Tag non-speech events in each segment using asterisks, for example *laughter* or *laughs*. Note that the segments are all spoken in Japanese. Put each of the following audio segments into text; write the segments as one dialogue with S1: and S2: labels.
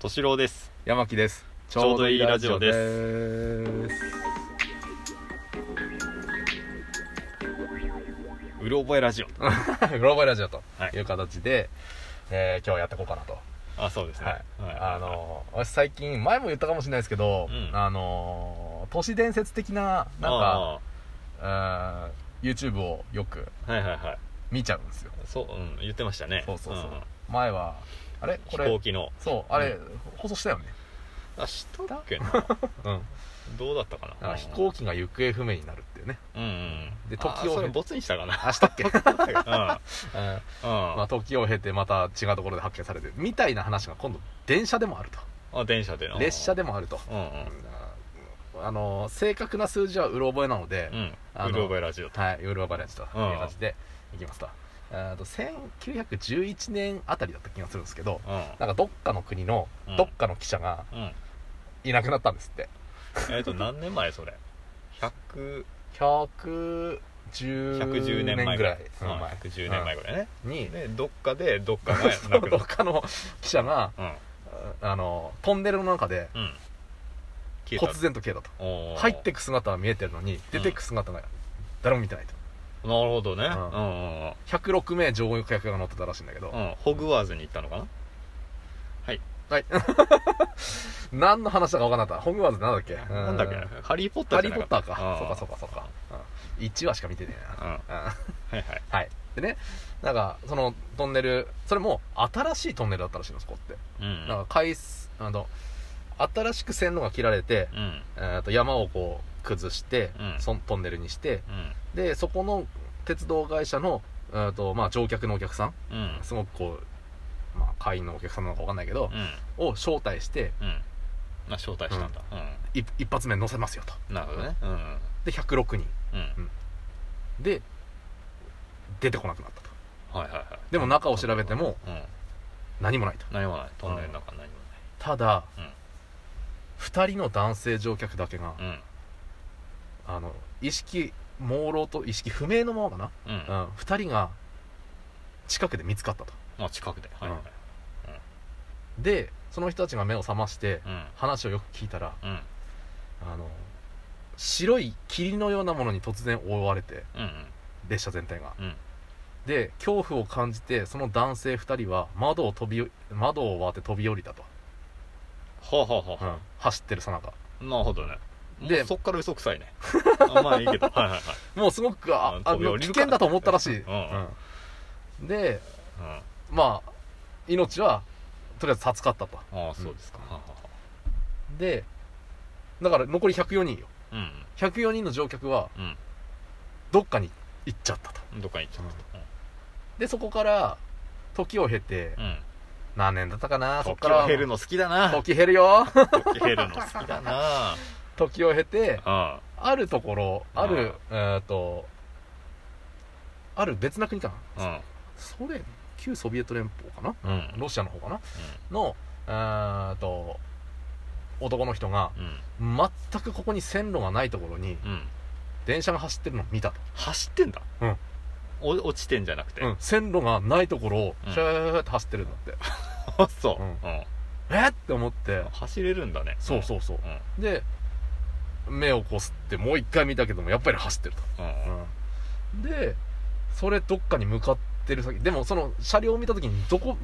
S1: 敏郎です
S2: 山木ですち
S1: ょうどいいラジオですうろ覚えラジオ
S2: グローバルラジオと
S1: はい
S2: いう形で、えー今日はやっていこうかなと、
S1: あそうですね、
S2: はいあの私最近前も言ったかもしれないですけど、
S1: うん
S2: あのー都市伝説的ななんかうん YouTube をよく
S1: あーはいはいはい
S2: 見ちゃうんですよ
S1: そう、うん、言ってましたね
S2: そうそうそう、
S1: ん
S2: 前はあれこ
S1: 飛行
S2: れ
S1: 機の
S2: そうあれ、放送したよね、
S1: あしたっけなどうだったかな
S2: あ飛行機が行方不明になるっていうね
S1: うんうん
S2: で
S1: あー
S2: 時を
S1: それボツにしたかな
S2: あしたっけ、う
S1: *laughs*
S2: ん
S1: うんうん
S2: まあ、時を経てまた違うところで発見されてるみたいな話が今度電車でもある
S1: あ電車で
S2: と
S1: な
S2: 列車
S1: で
S2: でもあると、
S1: うん
S2: あの正確な数字はうろ覚えなので
S1: う、ん
S2: あの
S1: うろ覚えラジオと
S2: はい、夜はバレンチという
S1: うん
S2: 感じでいきますと,、あと1911年あたりだった気がするんですけど
S1: うん
S2: なんかどっかの国の
S1: うん
S2: どっかの記者が
S1: うん
S2: いなくなったんですって、
S1: えっ
S2: *laughs*
S1: と何年前それ100
S2: 110
S1: 110年前
S2: ぐらい
S1: うん
S2: うん
S1: 110年前ぐらいね
S2: うんに
S1: でどっかでどっかが
S2: そ
S1: な
S2: う
S1: く
S2: *laughs* ど
S1: な
S2: っ
S1: っ
S2: かの記者が
S1: たうん
S2: あのトンネルの中で
S1: うん消
S2: 忽
S1: え
S2: 然と消えたと
S1: たおー
S2: 入ってく姿は見えてるのに出てく姿が誰も見てないと
S1: なるほどね
S2: ん
S1: うんうんうん
S2: 106名乗客が乗ってたらしいんだけど、
S1: うん、ホグワーズに行ったのかな
S2: 何の話だか分かんなかったホグワーズってなんだっけ
S1: なんだっけ
S2: うん
S1: ハリー・ポッタ
S2: ハ
S1: ーじ
S2: リ
S1: ゃ
S2: ー・
S1: な
S2: ポッ
S1: か
S2: ター
S1: った
S2: かそううんかそうかそうか、うん、1話しか見てねえ
S1: うんは
S2: な、うん
S1: いはい
S2: はいでねなんかそのトンネルそれも新しいトンネルだったらしいのそこって、
S1: うん
S2: なんか海すあの新しく線路が切られて、
S1: うん
S2: えーと山をこう崩して、
S1: うん
S2: そんトンネルにして
S1: うん
S2: でそこの鉄道会社の、えーとまあ、乗客のお客さん
S1: うん
S2: すごくこう、まあ、会員のお客さんなのか分かんないけど、
S1: うん
S2: を招待して
S1: うんまあ招待したんだう
S2: い一発目乗せますよと
S1: んなるほどねうん
S2: で106人
S1: うん
S2: で出てこなくなったと
S1: はいはいはい
S2: でも中を調べても
S1: うん
S2: 何もないと
S1: 何もないトンネルの中何も
S2: ただ、
S1: うん
S2: 2人の男性乗客だけが、
S1: ない
S2: あの意識朦朧と意識不明のままかな、
S1: うんうん
S2: うん2人が近くで見つかったと
S1: まあ近くではいはい
S2: でその人たちが目を覚まして
S1: うん
S2: 話をよく聞いたら
S1: うん
S2: あの白い霧のようなものに突然覆われて
S1: うんうん
S2: 列車全体が、
S1: うん
S2: で恐怖を感じてその男性2人は窓を飛び窓を割って飛び降りたと、
S1: ほうほうほう
S2: うん走ってるさなか
S1: なるほどね
S2: で
S1: でそっから嘘くさい
S2: *laughs*
S1: ねあまあいいけどはいはいはい
S2: もうすごく
S1: あ
S2: ああ
S1: 飛び降
S2: の
S1: り
S2: 危
S1: るか
S2: 険だと思ったらしい、
S1: うん
S2: うんで
S1: うん
S2: まあ命はとりあえず助かったと
S1: ああそうですかははは
S2: でだから残り104人よ
S1: うん
S2: 104人の乗客は
S1: うん
S2: どっかに行っちゃったと
S1: どっかに行っちゃった
S2: でそこから時を経て
S1: うんうん
S2: 何年だったかなそっ
S1: 時
S2: から
S1: は減るの好きだな
S2: 時減るよ *laughs*
S1: 時減るの好きだ *laughs* な
S2: 時を経て
S1: あ
S2: あるところあるえーっとある別な国かな
S1: あ
S2: ソ連旧ソビエト連邦か
S1: うんうん
S2: なロシアの方かなのえーっと男の人が
S1: うん
S2: 全くここに線路がないところに
S1: うん
S2: 電車が走ってるのを見たと、
S1: 走ってんだ
S2: うん
S1: お落ちてんじゃなくて
S2: うん線路がないところを
S1: うん
S2: シャーって走ってるんだって、
S1: あ *laughs* そう
S2: うん
S1: う
S2: えっって思って
S1: ん走れるんだね
S2: そうそうそう
S1: うん
S2: で目をこすってもう一回見たけどもやっぱり走ってる
S1: うん
S2: と、でそれどっかに向かってる先でもその車両を見た時にどこ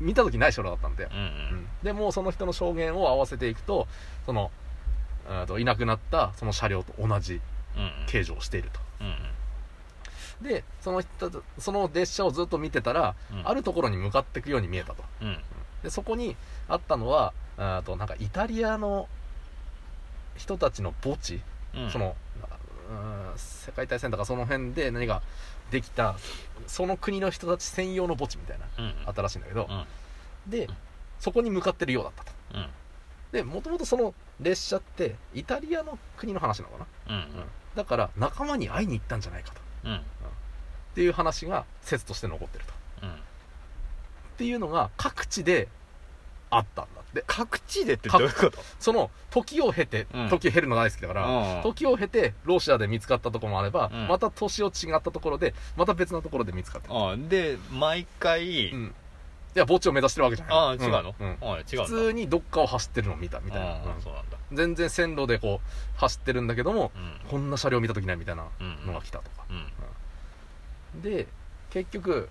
S2: 見た時ない車両だったんで、
S1: うんうん
S2: でもうその人の証言を合わせていくとそのあーといなくなったその車両と同じ
S1: うんうん
S2: 形状をしていると
S1: うん
S2: でその人とその列車をずっと見てたら、
S1: うん
S2: あるところに向かっていくように見えたと
S1: うん
S2: でそこにあったのはあーとなんかイタリアの人たちの墓地、
S1: うん
S2: そのうーん世界大戦とかその辺で何かできたその国の人たち専用の墓地みたいな
S1: うん
S2: あったらしいんだけど
S1: う、ん
S2: でそこに向かってるようだったと
S1: うん
S2: でもともとその列車ってイタリアの国の話なのかな、
S1: うん
S2: だから仲間に会いに行ったんじゃないかとっ
S1: うんうん
S2: ていう話が説として残ってると
S1: うん
S2: っていうのが各地であったんだって
S1: 各地でってどういうこと
S2: その時を経て、
S1: うん
S2: 時を経るのが大好きだから、時を経てロシアで見つかったところもあれば、
S1: うん
S2: また年を違ったところでまた別なところで見つかってる
S1: ああで毎回
S2: うんいや墓地を目指してるわけじゃない
S1: ああ違うの、
S2: んん
S1: はい違うんだ
S2: 普通にどっかを走ってるのを見たみたいな、
S1: あ
S2: う
S1: あ
S2: ん
S1: そうなんだ
S2: 全然線路でこう走ってるんだけども
S1: うん
S2: こんな車両見た時ないみたいな
S1: うん
S2: のが来たとか
S1: うん
S2: で結局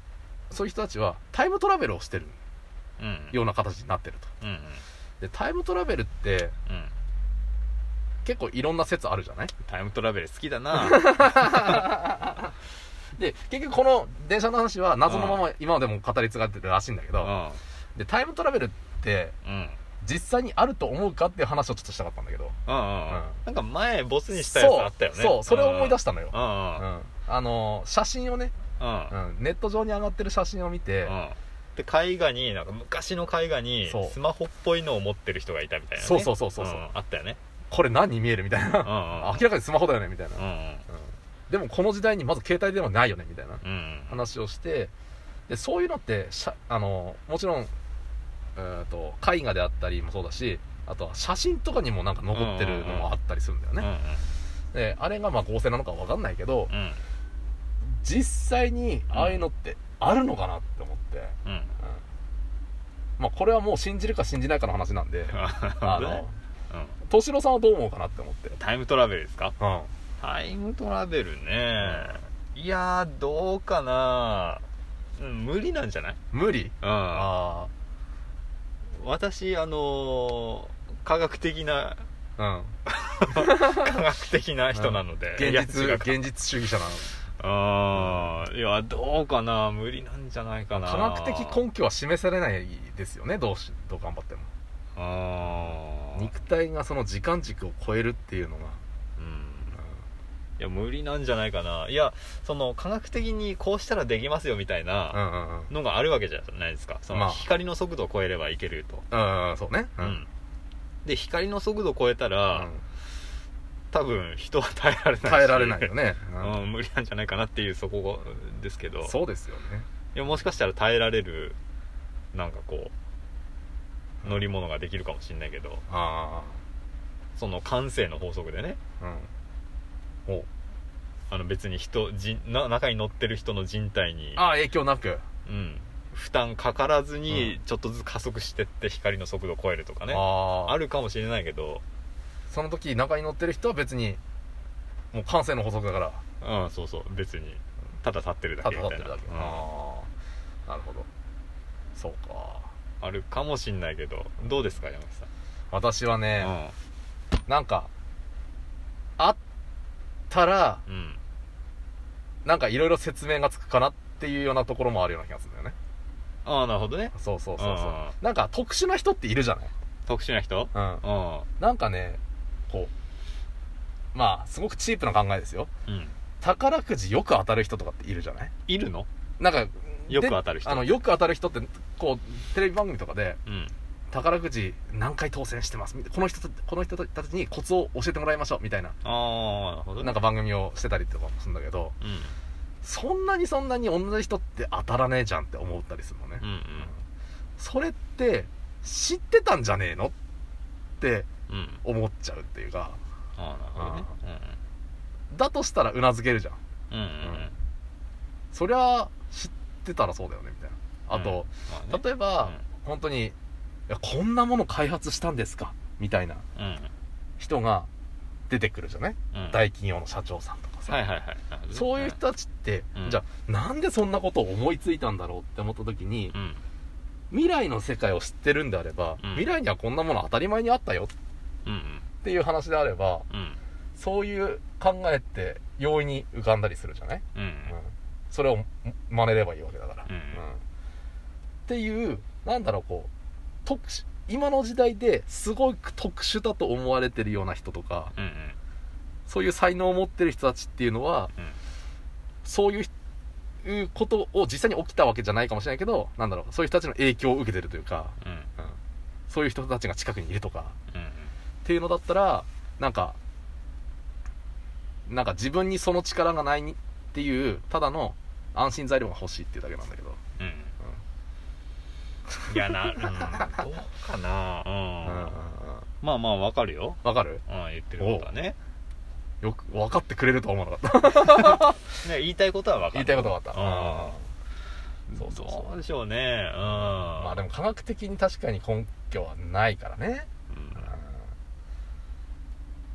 S2: そういう人たちはタイムトラベルをしてる
S1: うん
S2: ような形になってると
S1: うんうん
S2: でタイムトラベルって
S1: うん
S2: 結構いろんな説あるじゃない
S1: タイムトラベル好きだ
S2: *laughs*
S1: な
S2: で結局この電車の話は謎のまま今までも語り継がれてるらしいんだけ
S1: う
S2: ど
S1: ん
S2: でタイムトラベルって
S1: うん
S2: 実際にあると思うかっていう話をちょっとしたかったんだけど
S1: うんうんうんなんか前ボスにしたやつ
S2: そう
S1: あったよね
S2: そうそれを思い出
S1: し
S2: したのよ
S1: う、ん
S2: う
S1: うん
S2: ん、あの写真をね、
S1: うん
S2: うん、ネット上に上がってる写真を見て
S1: で絵画になんか昔の絵画に
S2: そう
S1: スマホっぽいのを持ってる人がいたみたいな、ね、
S2: そうそうそうそうそうん
S1: あったよね
S2: これ何に見えるみたい
S1: うんう
S2: な
S1: ん
S2: 明らかにスマホだよねみたいな、
S1: う
S2: うん
S1: ん
S2: でもこの時代にまず携帯電話ないよねみたいな
S1: うん
S2: 話をしてでそういうのってしゃあのもちろん、えー、と絵画であったりもそうだしあとは写真とかにもなんか残ってるのもあったりするんだよ
S1: うん
S2: ね、であれがまあ合成なのかわかんないけど
S1: うん
S2: 実際にああいうのってあるのかなって思って、
S1: うんうん
S2: うんまあ、これはもう信じるか信じないかの
S1: *laughs*
S2: 話なんであの
S1: うん
S2: 敏郎さんはどう思うかなって思って、
S1: タイムトラベルですか
S2: うん、
S1: タイムトラベルねいやーどうかなうん無理なんじゃない
S2: 無理
S1: うん
S2: あ
S1: 私あのー科学的な
S2: あうん
S1: 科学的な人なので
S2: 現
S1: いや
S2: 実
S1: 違うか
S2: 現実主義者なの
S1: ああいやどうかな無理なんじゃないかな
S2: 科学的根拠は示されないですよねどうしどう頑張っても
S1: あー
S2: 肉体がその時間軸を超えるっていうのが、
S1: うんいや無理なんじゃないかないやその科学的にこうしたらできますよみたい
S2: うん、う
S1: なん
S2: うんうん
S1: のがあるわけじゃないですかその
S2: まあ
S1: 光の速度を超えればいけると、
S2: うんうんそうねう
S1: うんんで光の速度を超えたら、多分人は耐えられないし
S2: 耐えられないよね、
S1: *laughs*
S2: う
S1: うんん、無理なんじゃないかなっていうそこですけど
S2: そうですよね
S1: いやもしかしたら耐えられるなんかこう乗り物ができるかもしれないけど
S2: あ
S1: その感性の法則でね
S2: あうんお
S1: あの別に人人な中に乗ってる人の人体に、
S2: ああ影響なく、
S1: うん、負担かからず
S2: う
S1: にちょっとずつ加速してって光の速度を超えるとかねあ
S2: ああ
S1: るかもしれないけど
S2: その時中に乗ってる人は別にもう感性の法則だから
S1: うんそうそう別にただ立ってるだ
S2: た
S1: け
S2: だ
S1: み
S2: 立ったて
S1: いな
S2: るだけ、
S1: うん
S2: ああなるほどそうか
S1: あるかもしれないけどどうですか山口さん、
S2: 私はね、なんかあったら
S1: うんうん
S2: なんかいろいろ説明がつくかなっていうようなところもあるような気がするんだよね
S1: ああなるほどね
S2: そうそうそうそう
S1: うんうん
S2: なんか特殊な人っているじゃない
S1: 特殊な人
S2: うん
S1: うん
S2: なんかねこうまあすごくチープな考えですよ
S1: うん
S2: 宝くじよく当たる人とかっているじゃない
S1: いるの
S2: なんか
S1: よく
S2: で
S1: 当たる人
S2: あのよく当たる人ってこうテレビ番組とかで
S1: うん
S2: 宝くじ何回当選してますみたいなこの人たこの人たちにコツを教えてもらいましょうみたいな
S1: ああなるほどね
S2: なんか番組をしてたりとかもするんだけど
S1: うん
S2: そんなにそんなに同じ人って当たらねえじゃんって思ったりするのね、
S1: うん
S2: それって知ってたんじゃねえのって
S1: うんうん
S2: 思っちゃうっていうか
S1: ああなるほどね
S2: だとしたらうなずけるじゃん
S1: うんうんうんうんうん
S2: そりゃ知ってたらそうだよねみたいなあと、
S1: まあね
S2: 例えば、
S1: うん
S2: 本当にいやこんなもの開発したんですかみたいな人が出てくるじゃない、
S1: うんうん
S2: 大企業の社長さんとかさ、
S1: はいはいはい
S2: そういう人たちって、
S1: うん
S2: じゃあなんでそんなことを思いついたんだろうって思った時に、
S1: うん
S2: 未来の世界を知ってるんであれば、
S1: うん
S2: 未来にはこんなもの当たり前にあったよ
S1: うんうん
S2: っていう話であれば
S1: うん
S2: そういう考えって容易に浮かんだりするじゃない、
S1: うん
S2: うんそれをん真似ればいいわけだから、
S1: うん
S2: っていうなんだろうこう特殊今の時代ですごく特殊だと思われてるような人とか
S1: うんうん
S2: そういう才能を持ってる人たちっていうのは
S1: うん
S2: そういういうことを実際に起きたわけじゃないかもしれないけどなんだろうそういう人たちの影響を受けてるというか、
S1: うん
S2: うんそういう人たちが近くにいるとか
S1: うん
S2: っていうのだったらなんかなんか自分にその力がないにっていうただの安心材料が欲しいっていうだけなんだけど、
S1: うんいやな、うん、どうかな
S2: うんうんうん
S1: うんまあまあわかるよ
S2: わかる
S1: うん言ってることはね
S2: よく分かってくれるとは思わなかった
S1: *laughs* ね言いたいことはわか
S2: 言い
S1: る
S2: たいことがあった、
S1: あ
S2: そうそうそう
S1: どうでしょうねうんま
S2: まあでも科学的に確かに根拠はないからね、うん、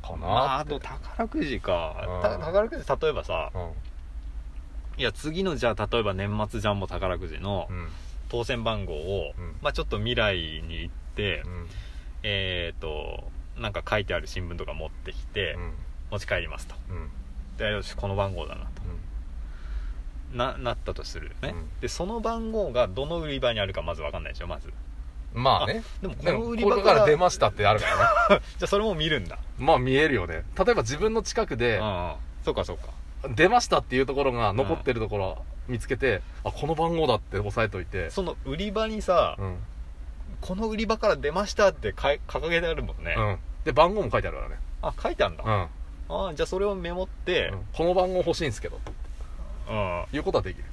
S2: か
S1: まあ、
S2: な
S1: あ
S2: って、
S1: と宝くじか、
S2: うん
S1: た宝くじ例えばさ
S2: うん
S1: いや次のじゃあ例えば年末ジャンボ宝くじの
S2: うん
S1: 当選番号を、
S2: うん
S1: まあ、ちょっと未来に行って、
S2: うん
S1: えっ、となんか書いてある新聞とか持ってきて、
S2: うん
S1: 持ち帰りますと
S2: うん
S1: でよしこの番号だなとななったとするよね、
S2: うん
S1: でその番号がどの売り場にあるかまず分かんないでしょまず
S2: うんまあね
S1: でもこ
S2: で
S1: の
S2: もこ
S1: 売
S2: れ
S1: り場
S2: か
S1: からら
S2: 出
S1: じゃ
S2: ましたってあるからね
S1: あそれも見るんだ、
S2: まあ見えるよね例えば自分の近くで
S1: うんうんそうかそうか
S2: 出ましたっていうところが残ってるところ見つけてあこの番号だって押さえといて
S1: その売り場にさ、
S2: うん
S1: この売り場から出ましたってかい掲げてあるもんね、
S2: うんで番号も書いてあるからね
S1: あ書いてあるんだ、あーじゃあそれをメモって
S2: うん、この番号欲しいんですけど
S1: うん
S2: いうことはできる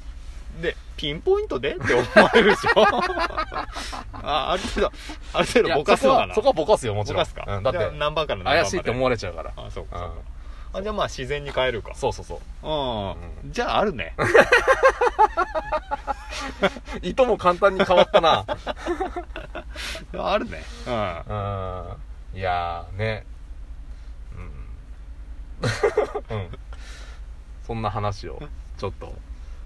S1: でピンポイントでって思われるでしょあある程度ある程
S2: い
S1: 度
S2: や
S1: ぼかすのかな
S2: そこはそこはぼかすよもち
S1: ぼ
S2: ろん
S1: かすか、
S2: うん、だっ
S1: じゃあ
S2: て
S1: 何番から何番まで
S2: 怪しいって思われちゃうから
S1: あそうかそうか、
S2: う
S1: あじゃあまあ自然に変えるか
S2: んそうそうそう
S1: うん、じゃあある
S2: *laughs*
S1: ね
S2: いとも簡単に変わったな
S1: あるねうん
S2: うんいやーねうん、うん、そんな話をちょっと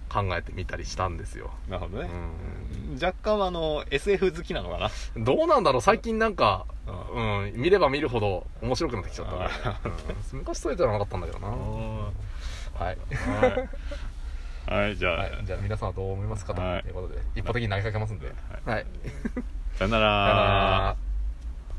S2: 考えてみたりしたんですよ、
S1: なるほど
S2: う
S1: ね、
S2: ん、
S1: 若干あの SF 好きなのかな
S2: どうなんだろう最近なんか、
S1: う
S2: うん、見れば見るほど面白くなってきちゃったね、うん、昔そういうじゃなかったんだけどなは、
S1: はいい、はい、じゃあ、
S2: はい、じゃあ皆さんはどう思いますかと
S1: はい
S2: いうことで一方的に投げかけますんで
S1: はい
S2: はい、
S1: さよな
S2: さよな
S1: ら
S2: ら